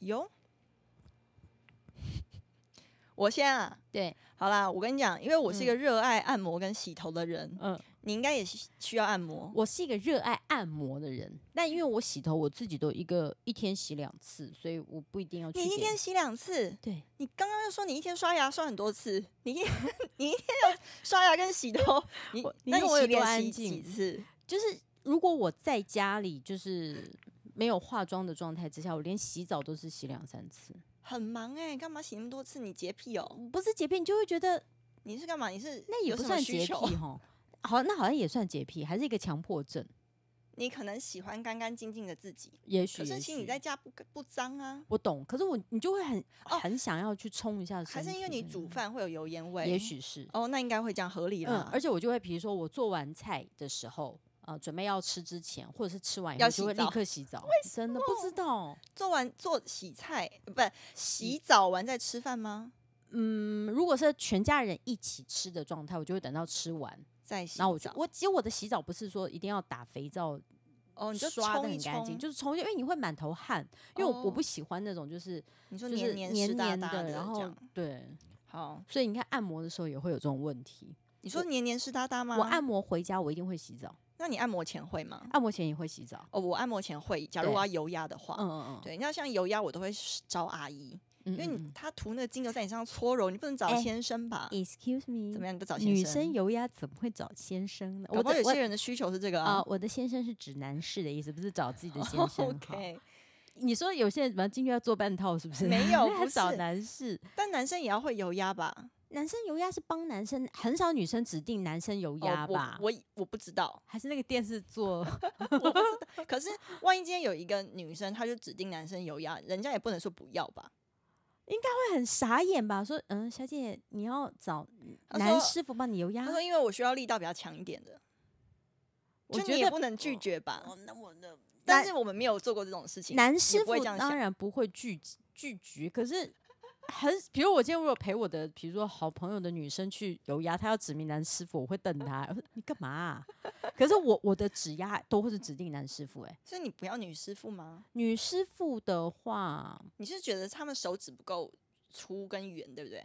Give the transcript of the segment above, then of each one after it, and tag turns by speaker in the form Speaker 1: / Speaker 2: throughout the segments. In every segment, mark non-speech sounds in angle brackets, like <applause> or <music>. Speaker 1: 哟， <laughs> 我先啊，
Speaker 2: 对，
Speaker 1: 好啦，我跟你讲，因为我是一
Speaker 2: 嗯
Speaker 1: 个热爱按摩跟洗头的人，
Speaker 2: 嗯，
Speaker 1: 你应该也需需要按摩。
Speaker 2: 我是一个热爱按摩的人，但因为我洗头，我自己都一个一天洗两次，所以我不一定要去
Speaker 1: 你
Speaker 2: 给。
Speaker 1: 一天洗两次，
Speaker 2: 对，
Speaker 1: 你刚刚又说你一天刷牙刷很多次， <laughs> 你一你一天要刷牙跟洗
Speaker 2: <laughs>
Speaker 1: 头，你
Speaker 2: 我
Speaker 1: 那
Speaker 2: 你
Speaker 1: 你
Speaker 2: 看我
Speaker 1: 洗
Speaker 2: 有多
Speaker 1: 脸
Speaker 2: 安
Speaker 1: 洗几
Speaker 2: 静
Speaker 1: 次？
Speaker 2: 就是如果我在家里就是没有化妆的状态之下，我连洗澡都是洗两三次，
Speaker 1: 很忙哎、干嘛洗那么多次？你洁癖哦？
Speaker 2: 不是洁癖，你就会觉得
Speaker 1: 你是干嘛？你是
Speaker 2: 那也
Speaker 1: 有
Speaker 2: 不
Speaker 1: 什么
Speaker 2: 算
Speaker 1: 需
Speaker 2: 洁癖
Speaker 1: 求？
Speaker 2: 哈。 <laughs> 好，那好像也算洁癖，还是一个强迫症，
Speaker 1: 你可能喜欢干干净净的自己，
Speaker 2: 也许。
Speaker 1: 可是
Speaker 2: 也
Speaker 1: 其实你
Speaker 2: 许
Speaker 1: 在家不不脏啊，
Speaker 2: 我懂，可是我你就会很、
Speaker 1: 哦
Speaker 2: 很想要去冲一下身体，
Speaker 1: 还是因为你煮饭会有油烟味？
Speaker 2: 也许是
Speaker 1: 哦，那应该会这样合理
Speaker 2: 嗯
Speaker 1: 啦。，
Speaker 2: 而且我就会，比如说我做完菜的时候，呃，准备要吃之前，或者是吃完以
Speaker 1: 要
Speaker 2: 后，就
Speaker 1: 洗
Speaker 2: 会立
Speaker 1: 澡
Speaker 2: 刻洗澡。真的不知道。
Speaker 1: 做完做洗菜呃不洗澡完再吃饭吗？
Speaker 2: 嗯，如果是全家人一起吃的状态，我就会等到吃完，
Speaker 1: 再洗
Speaker 2: 然后我就
Speaker 1: 澡
Speaker 2: 我其实我的洗澡不是说一定要打肥皂，
Speaker 1: 哦，你就
Speaker 2: 刷的
Speaker 1: 冲一
Speaker 2: 很干
Speaker 1: 冲
Speaker 2: 净，，就是冲一下，因为你会满头汗，因为我、我
Speaker 1: 哦
Speaker 2: 不喜欢那种就是
Speaker 1: 你说
Speaker 2: 就
Speaker 1: 黏
Speaker 2: 是
Speaker 1: 黏湿
Speaker 2: 黏
Speaker 1: 哒
Speaker 2: 黏
Speaker 1: 哒的这
Speaker 2: 然后
Speaker 1: 样
Speaker 2: 对，
Speaker 1: 好，
Speaker 2: 所以你看按摩的时候也会有这种问题。
Speaker 1: 你说黏黏湿哒哒吗？
Speaker 2: 我按，摩回家我一定会洗澡，
Speaker 1: 那你按摩前会吗？
Speaker 2: 按摩前也会洗澡。
Speaker 1: 哦，我按摩前会，假如
Speaker 2: 对
Speaker 1: 我要油压的话，
Speaker 2: 嗯嗯嗯，
Speaker 1: 哦
Speaker 2: 嗯
Speaker 1: 对，那像油压我都会找阿姨，
Speaker 2: 因
Speaker 1: 因为你她涂那个精油在你身上搓揉，你不能找
Speaker 2: 哎
Speaker 1: 先生吧？
Speaker 2: Excuse me，
Speaker 1: 怎么样，你都找先
Speaker 2: 女生油压怎么会找先生呢？
Speaker 1: 我
Speaker 2: 这
Speaker 1: 有
Speaker 2: 我
Speaker 1: 些人的需求是这个
Speaker 2: 啊、
Speaker 1: <laughs>
Speaker 2: 哦
Speaker 1: 啊。
Speaker 2: 我的先生是指男士的意思，不是找自己的先生。 <laughs> 好
Speaker 1: OK，
Speaker 2: 你说有些人怎么进去要做半套，是不是？
Speaker 1: 没
Speaker 2: <laughs>
Speaker 1: 有
Speaker 2: 他
Speaker 1: 不
Speaker 2: 找
Speaker 1: 是
Speaker 2: 男士，
Speaker 1: 但男生也要会油压吧？
Speaker 2: 男生油压是帮男生，很少女生指定男生油
Speaker 1: 哦
Speaker 2: 压吧？
Speaker 1: 我我我不知道，
Speaker 2: 还是那个电视做
Speaker 1: 可是万一今天有一个女生，她就指定男生油压，人家也不能说不要吧？
Speaker 2: 会很傻眼吧？说嗯，小姐你要找
Speaker 1: 他
Speaker 2: 男
Speaker 1: 说
Speaker 2: 师傅帮你油压
Speaker 1: 她？说因为我需要力道比较强一点的，
Speaker 2: 我
Speaker 1: 就
Speaker 2: 觉
Speaker 1: 你也
Speaker 2: 得哦
Speaker 1: 不能拒绝吧？
Speaker 2: 那我那
Speaker 1: 但是我们没有做过这种事情，
Speaker 2: 男
Speaker 1: 你
Speaker 2: 师
Speaker 1: 不
Speaker 2: 傅
Speaker 1: 会这样
Speaker 2: 当
Speaker 1: 想。
Speaker 2: 然不会拒拒绝，可是很，比如我今天如果陪我的，比如说好朋友的女生去油压，她要指名男师傅，我会瞪她，我说你干嘛啊、 <laughs> 可是我我的指压都会是指定男师傅、欸，
Speaker 1: 所以你不要女师傅吗？
Speaker 2: 女师傅的话，
Speaker 1: 你是觉得他们手指不够粗跟圆，对不 <laughs> 对？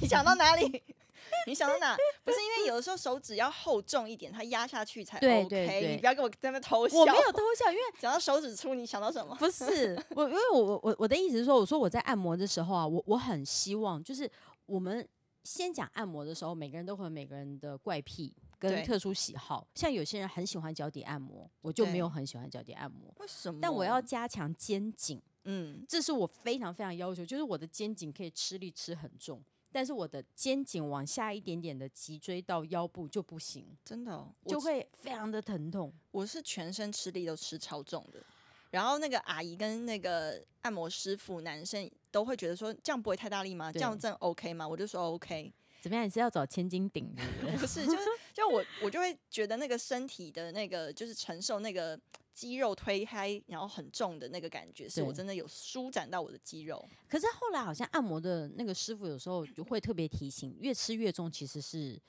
Speaker 1: 你想到哪里？ <laughs> 你想到哪？不是因为有的时候手指要厚重一点，它压下去才 OK。
Speaker 2: 对对对
Speaker 1: 你不要给我在那边偷笑。
Speaker 2: 我没有偷笑，因为
Speaker 1: 讲到手指粗， <laughs> 你想到什么？
Speaker 2: 不是我，因为我我我我的意思是说，我说我在按摩的时候啊，我我很希望就是我们先讲按摩的时候，每个人都会有每个人的怪癖
Speaker 1: 对
Speaker 2: 跟特殊喜好，像有些人很喜欢脚底按摩，我就没有很喜欢脚底按摩，
Speaker 1: 为什么？
Speaker 2: 但我要加强肩颈，
Speaker 1: 嗯，
Speaker 2: 这是我非常非常要求，就是我的肩颈可以吃力吃很重。但是我的肩颈往下一点点的脊椎到腰部就不行，
Speaker 1: 真的、哦，
Speaker 2: 就
Speaker 1: 就
Speaker 2: 会非常的疼痛。
Speaker 1: 我是全身吃力都吃超重的。然后那个阿姨跟那个按摩师傅男生都会觉得说，这样不会太大力吗？这
Speaker 2: 对
Speaker 1: 样真的 OK 吗？我就说 OK。 <laughs>
Speaker 2: 怎么样？你是要找千斤顶是
Speaker 1: 不
Speaker 2: 不是
Speaker 1: 是，就是就我我就会觉得那个身体的那个就是承受那个肌肉推开，然后很重的那个感觉，是我
Speaker 2: 对
Speaker 1: 真的有舒展到我的肌肉。
Speaker 2: 可是后来好像按摩的那个师傅有时候就会特别提醒，越吃越重其实是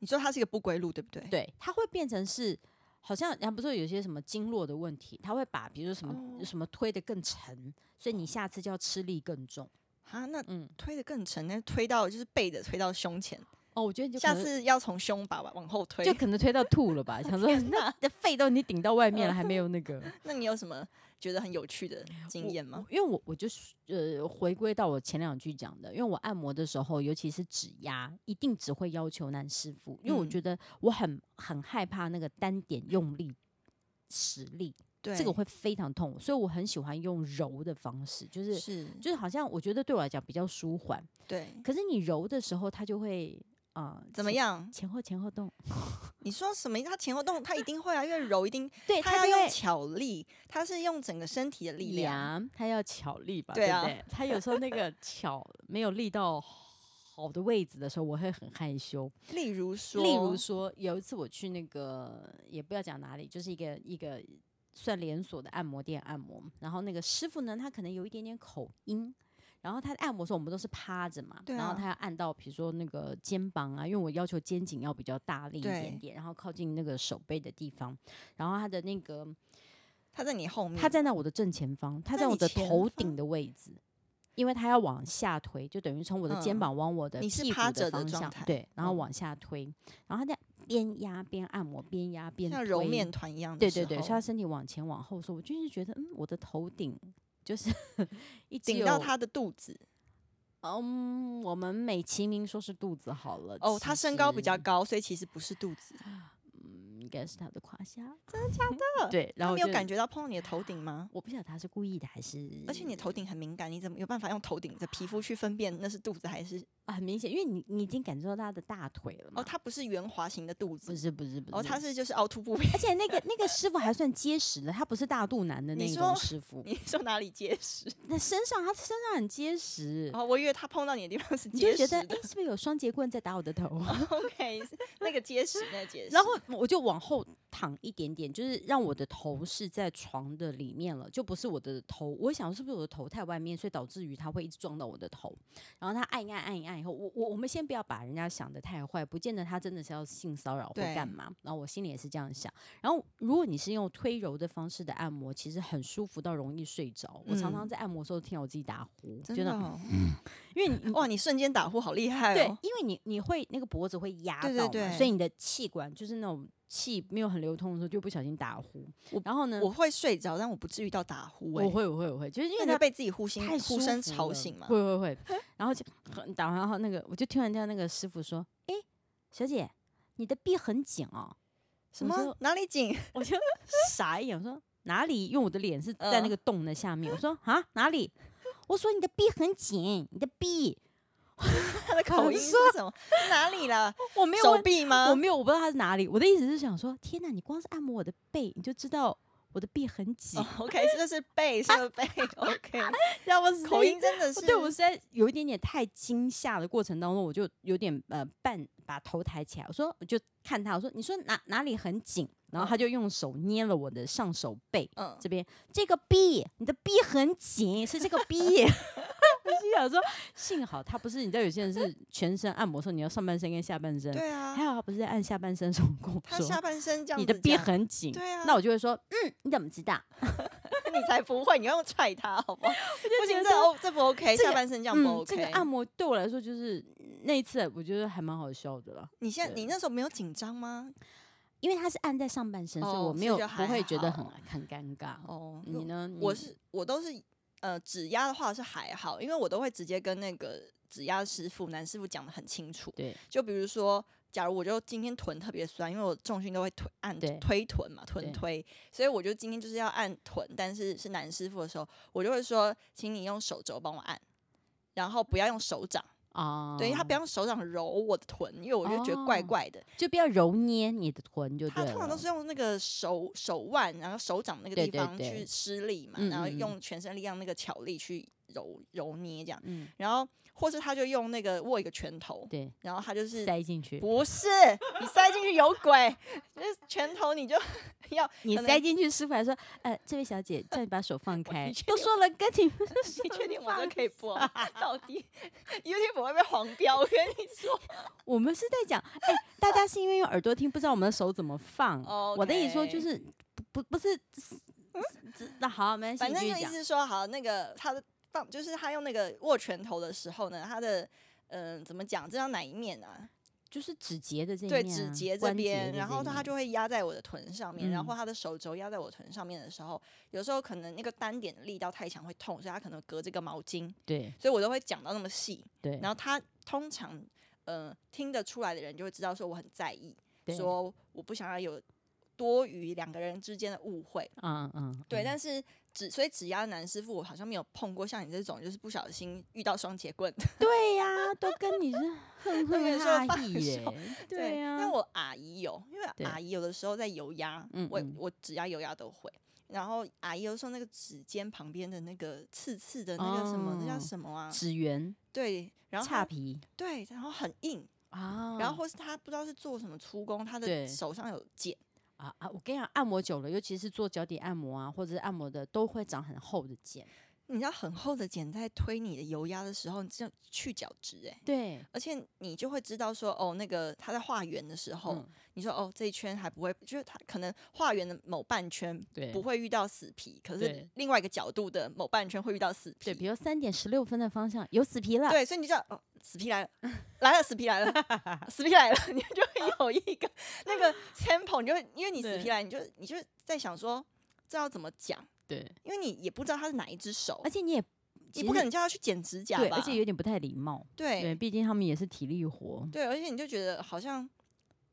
Speaker 1: 你说它是一个不归路，对不对？
Speaker 2: 对，它会变成是好像然后不是有些什么经络的问题，他会把比如说什么、
Speaker 1: 哦
Speaker 2: 什么推的更沉，所以你下次就要吃力更重。
Speaker 1: 啊，那
Speaker 2: 嗯，
Speaker 1: 推得更沉，那推到就是背的推到胸前，
Speaker 2: 哦，我觉得你就
Speaker 1: 下
Speaker 2: 可能
Speaker 1: 次要从胸把往后推
Speaker 2: 就。可能推到
Speaker 1: <laughs>
Speaker 2: 吐了吧，想说那那肺都你顶到外面了，还没有那个
Speaker 1: 那你有什么觉得很有趣的经验吗？？
Speaker 2: 我因为我我就是呃回归到我前两句讲的，因为我按摩的时候，尤其是指压，一定只会要求男师傅，因为我
Speaker 1: 嗯
Speaker 2: 觉得我很很害怕那个单点用力。实力
Speaker 1: 对，
Speaker 2: 这个会非常痛，所以我很喜欢用揉的方式，就是
Speaker 1: 是，
Speaker 2: 就是好像我觉得对我来讲比较舒缓。
Speaker 1: 对，
Speaker 2: 可是你揉的时候，它就会啊、呃
Speaker 1: 怎么
Speaker 2: 前
Speaker 1: 样？
Speaker 2: 前后前后动？
Speaker 1: 你说什么？它前后动，它一定会啊，因为柔一定，
Speaker 2: 对，
Speaker 1: 它要
Speaker 2: 就
Speaker 1: 用
Speaker 2: 会
Speaker 1: 巧力，它是用整个身体的力量。
Speaker 2: 呀，他要巧力吧，
Speaker 1: 对
Speaker 2: 对
Speaker 1: 啊
Speaker 2: 不对？他有时候那个巧没有力到好的位置的时候，我会很害羞。
Speaker 1: 例如说，
Speaker 2: 例如说，有一次我去那个也不要讲哪里，就是一个一个算连锁的按摩店按摩，然后那个师傅呢，他可能有一点点口音。然后他按摩的时候，我们都是趴着嘛，
Speaker 1: 对
Speaker 2: 然后
Speaker 1: 啊
Speaker 2: 他要按到，比如说那个肩膀啊，因为我要求肩颈要比较大力一点
Speaker 1: 对
Speaker 2: 点，然后靠近那个手背的地方，然后他的那个
Speaker 1: 他在你后面，
Speaker 2: 他站在我的正前方，他在
Speaker 1: 嗯你
Speaker 2: 我的
Speaker 1: 前
Speaker 2: 头
Speaker 1: 方
Speaker 2: 顶的位置，因为他要往下推，就等于从我的肩
Speaker 1: 嗯
Speaker 2: 膀往我的
Speaker 1: 你是
Speaker 2: 屁股
Speaker 1: 趴着的
Speaker 2: 方
Speaker 1: 状
Speaker 2: 向，
Speaker 1: 态
Speaker 2: 对，然后
Speaker 1: 嗯
Speaker 2: 往下推，然后他在边压边按摩，边压边
Speaker 1: 像揉
Speaker 2: 推
Speaker 1: 面，团一样的
Speaker 2: 对
Speaker 1: 时
Speaker 2: 对
Speaker 1: 候，
Speaker 2: 对，所以他身体往前往后说，我就是觉得，嗯，我的头顶就是 <laughs> 一直
Speaker 1: 顶到
Speaker 2: 有，
Speaker 1: 他的肚子。
Speaker 2: 嗯，我们美其名说是肚子好了，
Speaker 1: 哦，
Speaker 2: 其
Speaker 1: 他身高比较
Speaker 2: 实，
Speaker 1: 高，所以其实不是肚子。
Speaker 2: 嗯，应该是他的胯下，
Speaker 1: 的
Speaker 2: 对，然
Speaker 1: 他
Speaker 2: 后
Speaker 1: 没有
Speaker 2: 就
Speaker 1: 感觉到碰到你的头顶吗？
Speaker 2: 我不晓得他是故意的还是，
Speaker 1: 而且你
Speaker 2: 嗯
Speaker 1: 头顶很敏感，你怎么有办法用头顶的皮肤去分辨那是肚子还是？
Speaker 2: 啊很明显，因为你你已经感受到他的大腿了嘛，
Speaker 1: 哦，它不是圆滑型的肚子
Speaker 2: 不，是不是不是，
Speaker 1: 哦，它是就是凹凸不平。 <laughs>
Speaker 2: 而且那个那个师傅还算结实的，他不是大肚腩的那
Speaker 1: 你
Speaker 2: 一
Speaker 1: 说
Speaker 2: 种师傅，
Speaker 1: 你说哪里结实？
Speaker 2: 那身上他身上很结实，
Speaker 1: 哦，我以为他碰到你的地方是
Speaker 2: 你就
Speaker 1: 结
Speaker 2: 觉
Speaker 1: 实
Speaker 2: 得
Speaker 1: 的。
Speaker 2: 哎、诶是不是有双节棍在打我的头？
Speaker 1: OK，是 <laughs> 那个结实，那个结实。
Speaker 2: 然后我就往后躺一点点，就是让我的头是在床的里面了，就不是我的头。我想是不是我的头太外面，所以导致于它会一直撞到我的头。然后他按一按按一按以后，我我我们先不要把人家想的太坏，不见得他真的是要性骚扰或
Speaker 1: 对
Speaker 2: 干嘛。然后我心里也是这样想。然后如果你是用推揉的方式的按摩，其实很舒服到容易睡着。我
Speaker 1: 嗯
Speaker 2: 常常在按摩的时候听到我自己打呼，
Speaker 1: 真
Speaker 2: 觉
Speaker 1: 的
Speaker 2: 得、
Speaker 1: 哦、
Speaker 2: 因为你
Speaker 1: 哇，你瞬间打呼好厉害
Speaker 2: 对
Speaker 1: 哦！，
Speaker 2: 因为你你会那个脖子会压到
Speaker 1: 对
Speaker 2: 嘛，
Speaker 1: 对对
Speaker 2: 所以你的气管就是那种气没有很流通的时候，就不小心打呼。然后呢，
Speaker 1: 我会睡着，但我不至于到打呼、欸。
Speaker 2: 我，会我会我会，就是因
Speaker 1: 因
Speaker 2: 为
Speaker 1: 为
Speaker 2: 它
Speaker 1: 他被自己呼吸
Speaker 2: 太
Speaker 1: 呼
Speaker 2: 舒
Speaker 1: 声
Speaker 2: 服
Speaker 1: 吵
Speaker 2: 了
Speaker 1: 醒嘛。
Speaker 2: 会会会，然后就很打完然后那个我就听人家那个师傅说，哎，小姐，你的臂很紧哦，
Speaker 1: 什
Speaker 2: 我
Speaker 1: 么
Speaker 2: 就？
Speaker 1: 哪里紧？ <laughs>
Speaker 2: 我就傻一眼，我说哪里？因为我的脸是在那
Speaker 1: 嗯
Speaker 2: 个洞的下面，我说啊哪里？我说你的臂很紧，你的臂，
Speaker 1: 他的口音是什么？哪里啦？
Speaker 2: 我没有
Speaker 1: 手
Speaker 2: 问
Speaker 1: 臂吗？
Speaker 2: 我没有，我不知道它是哪里。我的意思是想说，天哪，你光是按摩我的背，你就知道我的臂很紧，
Speaker 1: 哦 OK，这是背，是背。OK，
Speaker 2: <laughs> 让我实在
Speaker 1: 口音。真的是
Speaker 2: 对我实在有一点点太惊吓的过程当中，我就有点呃半把头抬起来，我说我就看他，我说你说哪哪里很紧，然后他就用手捏了我的上手背
Speaker 1: 嗯，
Speaker 2: 这边，这个臂，你的臂很紧，是这
Speaker 1: <laughs>
Speaker 2: 个臂。 <laughs> 我心想说，幸好他不是，你知道有些人是全身按摩的时候，你要上半身跟下半身，
Speaker 1: 对啊
Speaker 2: 还，好他不是在按下半身手工
Speaker 1: 他
Speaker 2: 说
Speaker 1: 下半身这样
Speaker 2: 你
Speaker 1: 子
Speaker 2: 的逼
Speaker 1: 讲，
Speaker 2: 很紧，
Speaker 1: 对啊
Speaker 2: 那我就会说，嗯，你怎么知道？
Speaker 1: 你才不会，你要用踹他，好
Speaker 2: <laughs>
Speaker 1: 不好？不
Speaker 2: 觉
Speaker 1: 行，
Speaker 2: 得
Speaker 1: 这 O 这不 OK，
Speaker 2: 这个
Speaker 1: 下半身这样不
Speaker 2: 嗯，
Speaker 1: OK。
Speaker 2: 这个按摩对我来说就是那一次，我觉得还蛮好笑的啦，
Speaker 1: 你现在
Speaker 2: 对
Speaker 1: 你那时候没有紧张吗？
Speaker 2: 因为他是按在上半身，所以
Speaker 1: 哦
Speaker 2: 我没
Speaker 1: 所以
Speaker 2: 有
Speaker 1: 就
Speaker 2: 不
Speaker 1: 还
Speaker 2: 会觉得很
Speaker 1: 好
Speaker 2: 很尴尬。
Speaker 1: 哦，
Speaker 2: 你呢？
Speaker 1: 我
Speaker 2: 你
Speaker 1: 是我都是呃指压的话是还好，因为我都会直接跟那个指压师傅男师傅讲的很清楚。
Speaker 2: 对
Speaker 1: 就比如说，假如我就今天臀特别酸，因为我重训都会推按
Speaker 2: 对
Speaker 1: 推臀嘛，臀
Speaker 2: 对
Speaker 1: 推，所以我就今天就是要按臀，但是是男师傅的时候，我就会说，请你用手肘帮我按。然后不要用手掌，
Speaker 2: 啊，
Speaker 1: 对，因为他不要用手掌揉我的臀，因为我就觉得怪
Speaker 2: 哦
Speaker 1: 怪的。
Speaker 2: 就不要揉捏你的臀就
Speaker 1: 他
Speaker 2: 对
Speaker 1: 通常都
Speaker 2: 了
Speaker 1: 是。用那个手手腕，然后手掌那个
Speaker 2: 对
Speaker 1: 地
Speaker 2: 对
Speaker 1: 方
Speaker 2: 对
Speaker 1: 去施力嘛，
Speaker 2: 嗯
Speaker 1: 然后
Speaker 2: 嗯嗯
Speaker 1: 用全身力量那个巧力去揉揉捏这样，
Speaker 2: 嗯，
Speaker 1: 然后或是他就用那个握一个拳头，
Speaker 2: 对，
Speaker 1: 然后他就是
Speaker 2: 塞进去，
Speaker 1: 不是，你塞进去有鬼，就是拳头你就 <laughs>
Speaker 2: <laughs>
Speaker 1: 要
Speaker 2: 你
Speaker 1: 可能
Speaker 2: 塞进去，师傅还说，呃，这位小姐，叫你把
Speaker 1: <laughs>
Speaker 2: 手放开
Speaker 1: 确，
Speaker 2: 都
Speaker 1: 定
Speaker 2: 说了跟你们
Speaker 1: 你确定我
Speaker 2: 放
Speaker 1: 这可以播吗？ <laughs> 到底 YouTube 会被黄标？我跟你说，
Speaker 2: <laughs> 我们是在讲，哎、大家是因为用耳朵听，不知道我们的手怎么放。
Speaker 1: 哦
Speaker 2: 嗯我的意思说就
Speaker 1: OK 嗯
Speaker 2: 是不不不是，这那好，没关系，
Speaker 1: 反
Speaker 2: 你
Speaker 1: 正
Speaker 2: 继
Speaker 1: 就
Speaker 2: 续
Speaker 1: 意
Speaker 2: 讲
Speaker 1: 思是说，好，那个他的放就是他用那个握拳头的时候呢，他的嗯、呃怎么讲？这叫哪一面啊？
Speaker 2: 就是指节的这一面、
Speaker 1: 对，
Speaker 2: 啊，
Speaker 1: 指节这
Speaker 2: 关
Speaker 1: 边，
Speaker 2: 的
Speaker 1: 然
Speaker 2: 这
Speaker 1: 后
Speaker 2: 一
Speaker 1: 他
Speaker 2: 面
Speaker 1: 就会压在我的臀上面，然后
Speaker 2: 嗯
Speaker 1: 他的手肘压在我臀上面的时候，有时候可能那个单点的力道太强会痛，所以他可能隔着个毛巾，
Speaker 2: 对
Speaker 1: 所以我都会讲到那么细。
Speaker 2: 对，
Speaker 1: 然后他通常呃听得出来的人就会知道说我很在意，
Speaker 2: 对
Speaker 1: 说我不想要有多余两个人之间的误会。
Speaker 2: 嗯嗯，
Speaker 1: 对，
Speaker 2: 嗯
Speaker 1: 但是只所以指压男师傅，我好像没有碰过像你这种，就是不小心遇到双节棍的。
Speaker 2: 对呀、都跟你是
Speaker 1: <laughs>
Speaker 2: 恨
Speaker 1: 跟
Speaker 2: 恨
Speaker 1: 你说
Speaker 2: 哈
Speaker 1: 放
Speaker 2: 意耶
Speaker 1: 手，
Speaker 2: 对呀、
Speaker 1: 但我阿姨有，因为
Speaker 2: 对
Speaker 1: 阿姨有的时候在油压，
Speaker 2: 嗯
Speaker 1: 我
Speaker 2: 嗯
Speaker 1: 我指压油压都会。然后阿姨有时候那个指尖旁边的那个刺刺的那个什么，那叫
Speaker 2: 哦
Speaker 1: 什么啊？
Speaker 2: 指缘
Speaker 1: 对，然后
Speaker 2: 差
Speaker 1: 她
Speaker 2: 皮
Speaker 1: 对，然后很硬，
Speaker 2: 啊，
Speaker 1: 然后或是她不知道是做什么出工，她的
Speaker 2: 对
Speaker 1: 手上有茧，
Speaker 2: 啊啊，我跟你讲，按摩久了，尤其是做脚底按摩啊，或者是按摩的，都会长很厚的茧。
Speaker 1: 你知道很厚的茧在推你的油压的时候，你这样去角质哎、
Speaker 2: 对，
Speaker 1: 而且你就会知道说哦，那个它在画圆的时候，
Speaker 2: 嗯，
Speaker 1: 你说哦这一圈还不会，就是它可能画圆的某半圈
Speaker 2: 对，
Speaker 1: 不会遇到死皮，可是
Speaker 2: 对
Speaker 1: 另外一个角度的某半圈会遇到死
Speaker 2: 对，
Speaker 1: 皮。
Speaker 2: 比如三点十六分的方向有死皮了，
Speaker 1: 对，所以你就知道哦，死皮来了，来了，死皮来了，
Speaker 2: <laughs>
Speaker 1: 死皮来了，你就会有一个那个 tempo，你就会因为你死皮
Speaker 2: 对
Speaker 1: 来，你就你就在想说这要怎么讲，
Speaker 2: 对，
Speaker 1: 因为你也不知道他是哪一只手
Speaker 2: 而，且你也
Speaker 1: 你
Speaker 2: 其
Speaker 1: 不可
Speaker 2: 实
Speaker 1: 能叫他去剪指甲
Speaker 2: 对，
Speaker 1: 吧？
Speaker 2: 而且有点不太礼貌，对，
Speaker 1: 对
Speaker 2: 毕竟他们也是体力活，
Speaker 1: 对，而且你就觉得好像，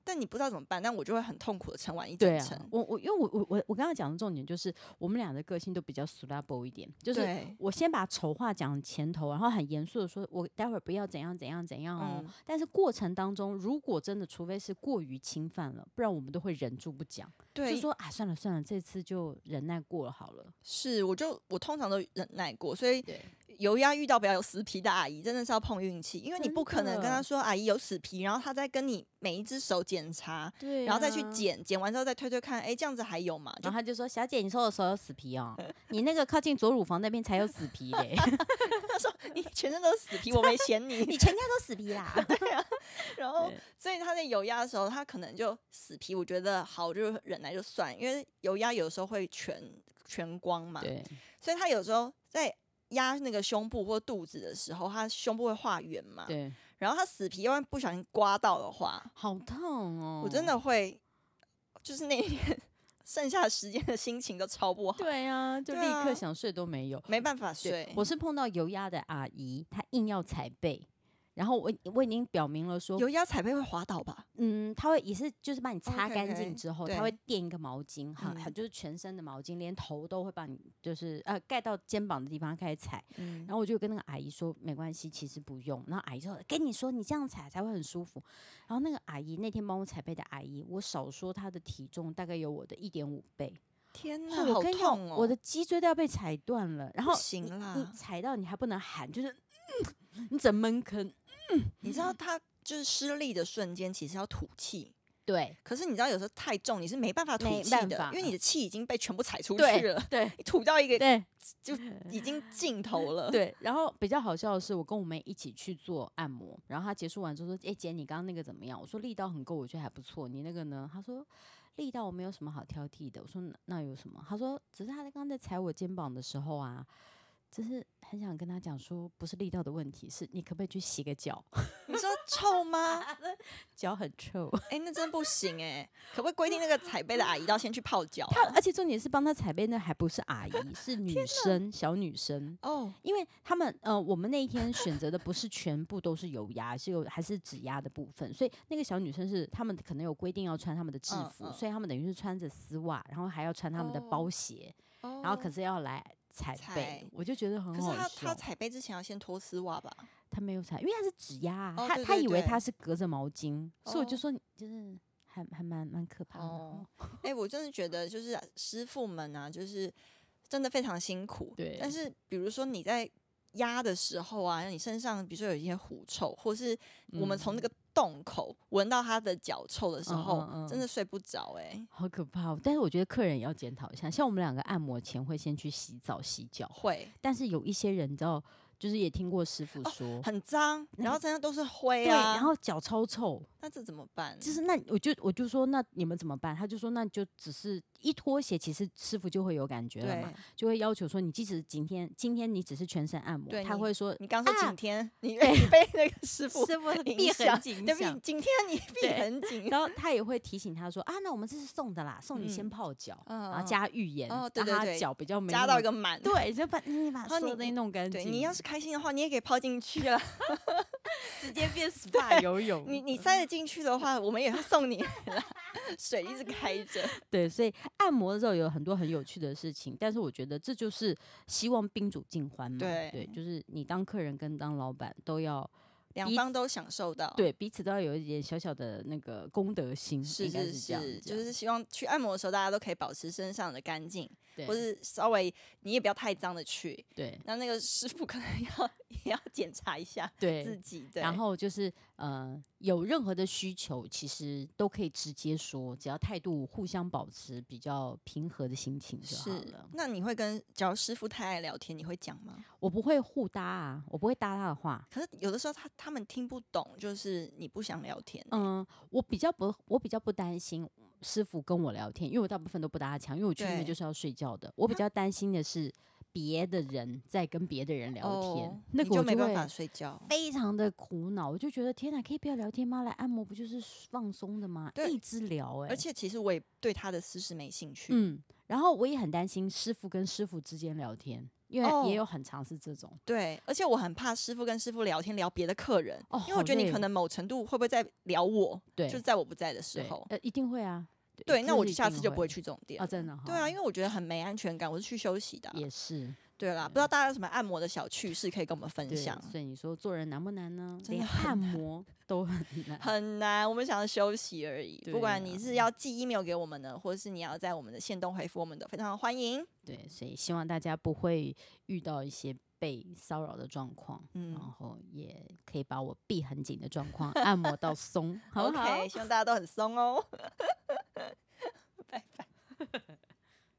Speaker 1: 但你不知道怎么办，但我就会很痛苦的撑完一
Speaker 2: 对
Speaker 1: 整程
Speaker 2: 啊，，我我因为我我我我刚刚讲的重点就是我们俩的个性都比较 s l a b l e 一点，就是
Speaker 1: 对，
Speaker 2: 我先把丑话讲前头，然后很严肃的说，我待会儿不要怎样怎样怎样哦。
Speaker 1: 嗯
Speaker 2: 但是过程当中，如果真的除非是过于侵犯了，不然我们都会忍住不讲，就
Speaker 1: 对，
Speaker 2: 说啊算了算了，这次就忍耐过了好了。
Speaker 1: 是，我就我通常都忍耐过，所以
Speaker 2: 对
Speaker 1: 油压遇到比较有死皮的阿姨，真的是要碰运气，因为你
Speaker 2: 真
Speaker 1: 不可能跟她
Speaker 2: 的
Speaker 1: 说阿姨有死皮，然后她再跟你每一只手检查，
Speaker 2: 对啊
Speaker 1: 然后再去。剪，剪完之后再推推看，哎，这样子还有吗？就
Speaker 2: 然后他就说：“小姐，你说我手有死皮 <laughs> 哦，你那个靠近左乳房那边才有死皮嘞，
Speaker 1: 她说你全身都是死皮，我没嫌你。
Speaker 2: <laughs> 你全家都死皮啦。
Speaker 1: 然后
Speaker 2: 对，
Speaker 1: 所以她在油压的时候，她可能就死皮，我觉得好就忍耐就算，因为油压有时候会全全光嘛，
Speaker 2: <laughs> 对，
Speaker 1: 所以她有时候在。压那个胸部或肚子的时候，她胸部会画圆嘛？
Speaker 2: 对，
Speaker 1: 然后她死皮，万一不小心刮到的话，
Speaker 2: 好痛哦！
Speaker 1: 我真的会，就是那一天剩下的时间的心情都超不好，
Speaker 2: 对啊，就
Speaker 1: 对
Speaker 2: 立刻
Speaker 1: 啊
Speaker 2: 想睡都没有。
Speaker 1: 没办法
Speaker 2: 对
Speaker 1: 睡。
Speaker 2: 我是碰到油压的阿姨，她硬要踩背，然后我我已经表明了说，
Speaker 1: 油压踩背会滑倒吧？
Speaker 2: 嗯，她会也是就是把你擦
Speaker 1: OK，
Speaker 2: 干
Speaker 1: OK，
Speaker 2: 净之后，她会
Speaker 1: 对
Speaker 2: 垫一个毛巾，哈、
Speaker 1: 嗯
Speaker 2: 就是全身的毛巾，连头都会帮你就是呃盖到肩膀的地方开始踩。
Speaker 1: 嗯，
Speaker 2: 然后我就跟那个阿姨说，没关系，其实不用。然后阿姨说，跟你说，你这样踩才会很舒服。然后那个阿姨那天帮我踩背的阿姨，我少说她的体重大概有我的一点五倍。
Speaker 1: 天
Speaker 2: 哦
Speaker 1: 哪，好
Speaker 2: 我跟你讲
Speaker 1: 痛哦！
Speaker 2: 我的脊椎都要被踩断了。然
Speaker 1: 不
Speaker 2: 后
Speaker 1: 行
Speaker 2: 你你
Speaker 1: 啦
Speaker 2: 踩到你还不能喊，就是、嗯你整闷坑。
Speaker 1: 你
Speaker 2: 嗯
Speaker 1: 知道他就是失力的瞬间，其实要吐气。
Speaker 2: 对
Speaker 1: 可是你知道，有时候太重，你是没办法吐
Speaker 2: 没
Speaker 1: 气
Speaker 2: 办
Speaker 1: 的
Speaker 2: 法，嗯
Speaker 1: 因为你的气已经被全部踩出去
Speaker 2: 对
Speaker 1: 了， <laughs>
Speaker 2: 对
Speaker 1: 你吐到一个
Speaker 2: 对
Speaker 1: 就已经尽头了。，
Speaker 2: 对。然后比较好笑的是，我跟我妹一起去做按摩，然后她结束完之后说：“哎、姐，你刚刚那个怎么样？”我说：“力道很够，我觉得还不错。你那个呢？”她说。力道我没有什么好挑剔的，我说那那有什么？她说只是她刚刚在踩我肩膀的时候啊，就是很想跟她讲说，不是力道的问题，是你可不可以去洗个脚？
Speaker 1: 你说臭吗？
Speaker 2: 脚很臭。
Speaker 1: 哎、那真不行哎、可不可以规定那个踩背的阿姨要先去泡脚啊、
Speaker 2: 她而且重点是帮她踩背那还不是阿姨，是女生小女生。
Speaker 1: 哦，
Speaker 2: 因为他们呃，我们那一天选择的不是全部都是油压，是有还是指压的部分，所以那个小女生是他们可能有规定要穿他们的制
Speaker 1: 嗯
Speaker 2: 服，
Speaker 1: 嗯
Speaker 2: 所以他们等于是穿着丝袜，然后还要穿他们的
Speaker 1: 哦
Speaker 2: 包鞋，然后可
Speaker 1: 哦
Speaker 2: 是要来踩背
Speaker 1: 踩，
Speaker 2: 我就觉得很
Speaker 1: 哦可是
Speaker 2: 好
Speaker 1: 他
Speaker 2: 笑
Speaker 1: 他。踩背之前要先脱丝袜吧？
Speaker 2: 他没有踩，因为他是指压、啊，
Speaker 1: 哦
Speaker 2: 他
Speaker 1: 对
Speaker 2: 他
Speaker 1: 对
Speaker 2: 以为
Speaker 1: 对
Speaker 2: 他是隔着毛巾，所以我就
Speaker 1: 哦
Speaker 2: 说你就是还还蛮蛮可怕的哦
Speaker 1: 哦。哎、我真的觉得就是师傅们啊，就是真的非常辛苦。
Speaker 2: 对
Speaker 1: 但是比如说你在压的时候啊，你身上比如说有一些狐臭，或是我们从那个洞口闻到他的脚臭的时
Speaker 2: 嗯
Speaker 1: 候，
Speaker 2: 嗯嗯
Speaker 1: 真的睡不着哎、
Speaker 2: 好可怕、哦！但是我觉得客人也要检讨一下，像我们两个按摩前会先去洗澡、洗脚，
Speaker 1: 会
Speaker 2: 但是有一些人你知道，就是也听过师傅说，
Speaker 1: 哦很脏，然后身上都是灰
Speaker 2: 对，
Speaker 1: 啊，
Speaker 2: 然后脚超臭，
Speaker 1: 那这怎么办？
Speaker 2: 就是那我就我就说那你们怎么办？他就说那就只是一脱鞋，其实师傅就会有感觉了
Speaker 1: 对
Speaker 2: 嘛，，就会要求说你即使今天今天你只是全身按摩
Speaker 1: 对，
Speaker 2: 他
Speaker 1: 你
Speaker 2: 会说
Speaker 1: 你刚说
Speaker 2: 啊
Speaker 1: 今天、你被你被那个师傅
Speaker 2: 师傅
Speaker 1: 影
Speaker 2: 闭很
Speaker 1: 响
Speaker 2: 紧
Speaker 1: 对不起
Speaker 2: 想，
Speaker 1: 今天你闭
Speaker 2: 对
Speaker 1: 很紧，
Speaker 2: 然后他也会提醒他说啊，那我们这是送的啦，送你先
Speaker 1: 嗯
Speaker 2: 泡脚，
Speaker 1: 嗯
Speaker 2: 然
Speaker 1: 嗯
Speaker 2: 后加浴盐，
Speaker 1: 哦
Speaker 2: 让
Speaker 1: 对对
Speaker 2: 他
Speaker 1: 对
Speaker 2: 脚比较没
Speaker 1: 加
Speaker 2: 那
Speaker 1: 到
Speaker 2: 么
Speaker 1: 一个满。
Speaker 2: 对，就把你把
Speaker 1: 然
Speaker 2: 所
Speaker 1: 后
Speaker 2: 有
Speaker 1: 你
Speaker 2: 东西弄干净。
Speaker 1: 对
Speaker 2: <laughs>
Speaker 1: 你要是开心的话，你也可以泡进去啊了。
Speaker 2: 直接变 SPA 游泳，
Speaker 1: 你 <laughs> 你塞得进去的话，我们也会送你 <laughs> 啦。水一直开着，
Speaker 2: <laughs> 对，所以按摩的时候有很多很有趣的事情，但是我觉得这就是希望宾主尽欢嘛，
Speaker 1: 对哦
Speaker 2: 就是你当客人跟当老板都要
Speaker 1: 两
Speaker 2: 彼
Speaker 1: 方都享受到。，
Speaker 2: 对彼此都要有一点小小的那个公德心，
Speaker 1: 是
Speaker 2: 应该
Speaker 1: 是
Speaker 2: 这样
Speaker 1: 是，
Speaker 2: 讲
Speaker 1: 就是希望去按摩的时候，大家都可以保持身上的干净，
Speaker 2: 对
Speaker 1: 或是稍微你也不要太脏的去。
Speaker 2: 对
Speaker 1: 那那个师傅可能要也要检查一下
Speaker 2: 对
Speaker 1: 自己。对，
Speaker 2: 然后就是呃，有任何的需求，其实都可以直接说，只要态度互相保持比较平和的心情就好
Speaker 1: 是
Speaker 2: 了。，
Speaker 1: 那你会跟假如师傅太爱聊天，你会讲吗？
Speaker 2: 我不会互搭啊，我不会搭他的话。
Speaker 1: 可是有的时候他他们听不懂，就是你不想聊天欸、
Speaker 2: 嗯，我比较不，我比较不担心师傅跟我聊天，因为我大部分都不搭腔，因为我去那边
Speaker 1: 对
Speaker 2: 就是要睡觉的。我比较担心的是别的人在跟别的人聊天，
Speaker 1: 哦
Speaker 2: 那
Speaker 1: 你
Speaker 2: 个我
Speaker 1: 就没办
Speaker 2: 会
Speaker 1: 法睡觉。
Speaker 2: 非常的苦恼，我就觉得天哪，可以不要聊天吗？来按摩不就是放松的吗？
Speaker 1: 对
Speaker 2: 一直聊、欸，
Speaker 1: 而且其实我也对他的私事没兴趣。
Speaker 2: 嗯，然后我也很担心师傅跟师傅之间聊天，因为
Speaker 1: 哦
Speaker 2: 也有很长是这种。
Speaker 1: 对，而且我很怕师傅跟师傅聊天聊别的客人，
Speaker 2: 哦
Speaker 1: 因为我觉得
Speaker 2: 好
Speaker 1: 你
Speaker 2: 累
Speaker 1: 可
Speaker 2: 哦
Speaker 1: 能某程度会不会在聊我，
Speaker 2: 对，
Speaker 1: 就是在我不在的时
Speaker 2: 对
Speaker 1: 候。
Speaker 2: 呃，一定会啊。
Speaker 1: 对，
Speaker 2: 这
Speaker 1: 那我
Speaker 2: 是
Speaker 1: 就
Speaker 2: 一
Speaker 1: 下
Speaker 2: 定
Speaker 1: 次就不会
Speaker 2: 会
Speaker 1: 去这种店
Speaker 2: 啊，
Speaker 1: 了。
Speaker 2: 真的哈。
Speaker 1: 对啊，因为我觉得很没安全感，我是去休息的啊、
Speaker 2: 也是
Speaker 1: 对啦，不知道大家有什么按摩的小趣事可以跟我们分
Speaker 2: 对，
Speaker 1: 享？ <laughs>
Speaker 2: 所以你说做人难不难呢？
Speaker 1: 真的
Speaker 2: 连
Speaker 1: 很
Speaker 2: 按摩都很难。
Speaker 1: 很难，我们想要休息而已。不
Speaker 2: 对
Speaker 1: 管你
Speaker 2: 啊
Speaker 1: 是要寄 email 给我们呢，或者是你要在我们的线动回复我们的，非常欢迎。
Speaker 2: 对，所以希望大家不会遇到一些被骚扰的状况，
Speaker 1: 嗯
Speaker 2: 然后也
Speaker 1: <laughs>
Speaker 2: 可以把我闭很紧的状况按摩到松，好不好
Speaker 1: OK，希望大家都很松哦。 <laughs>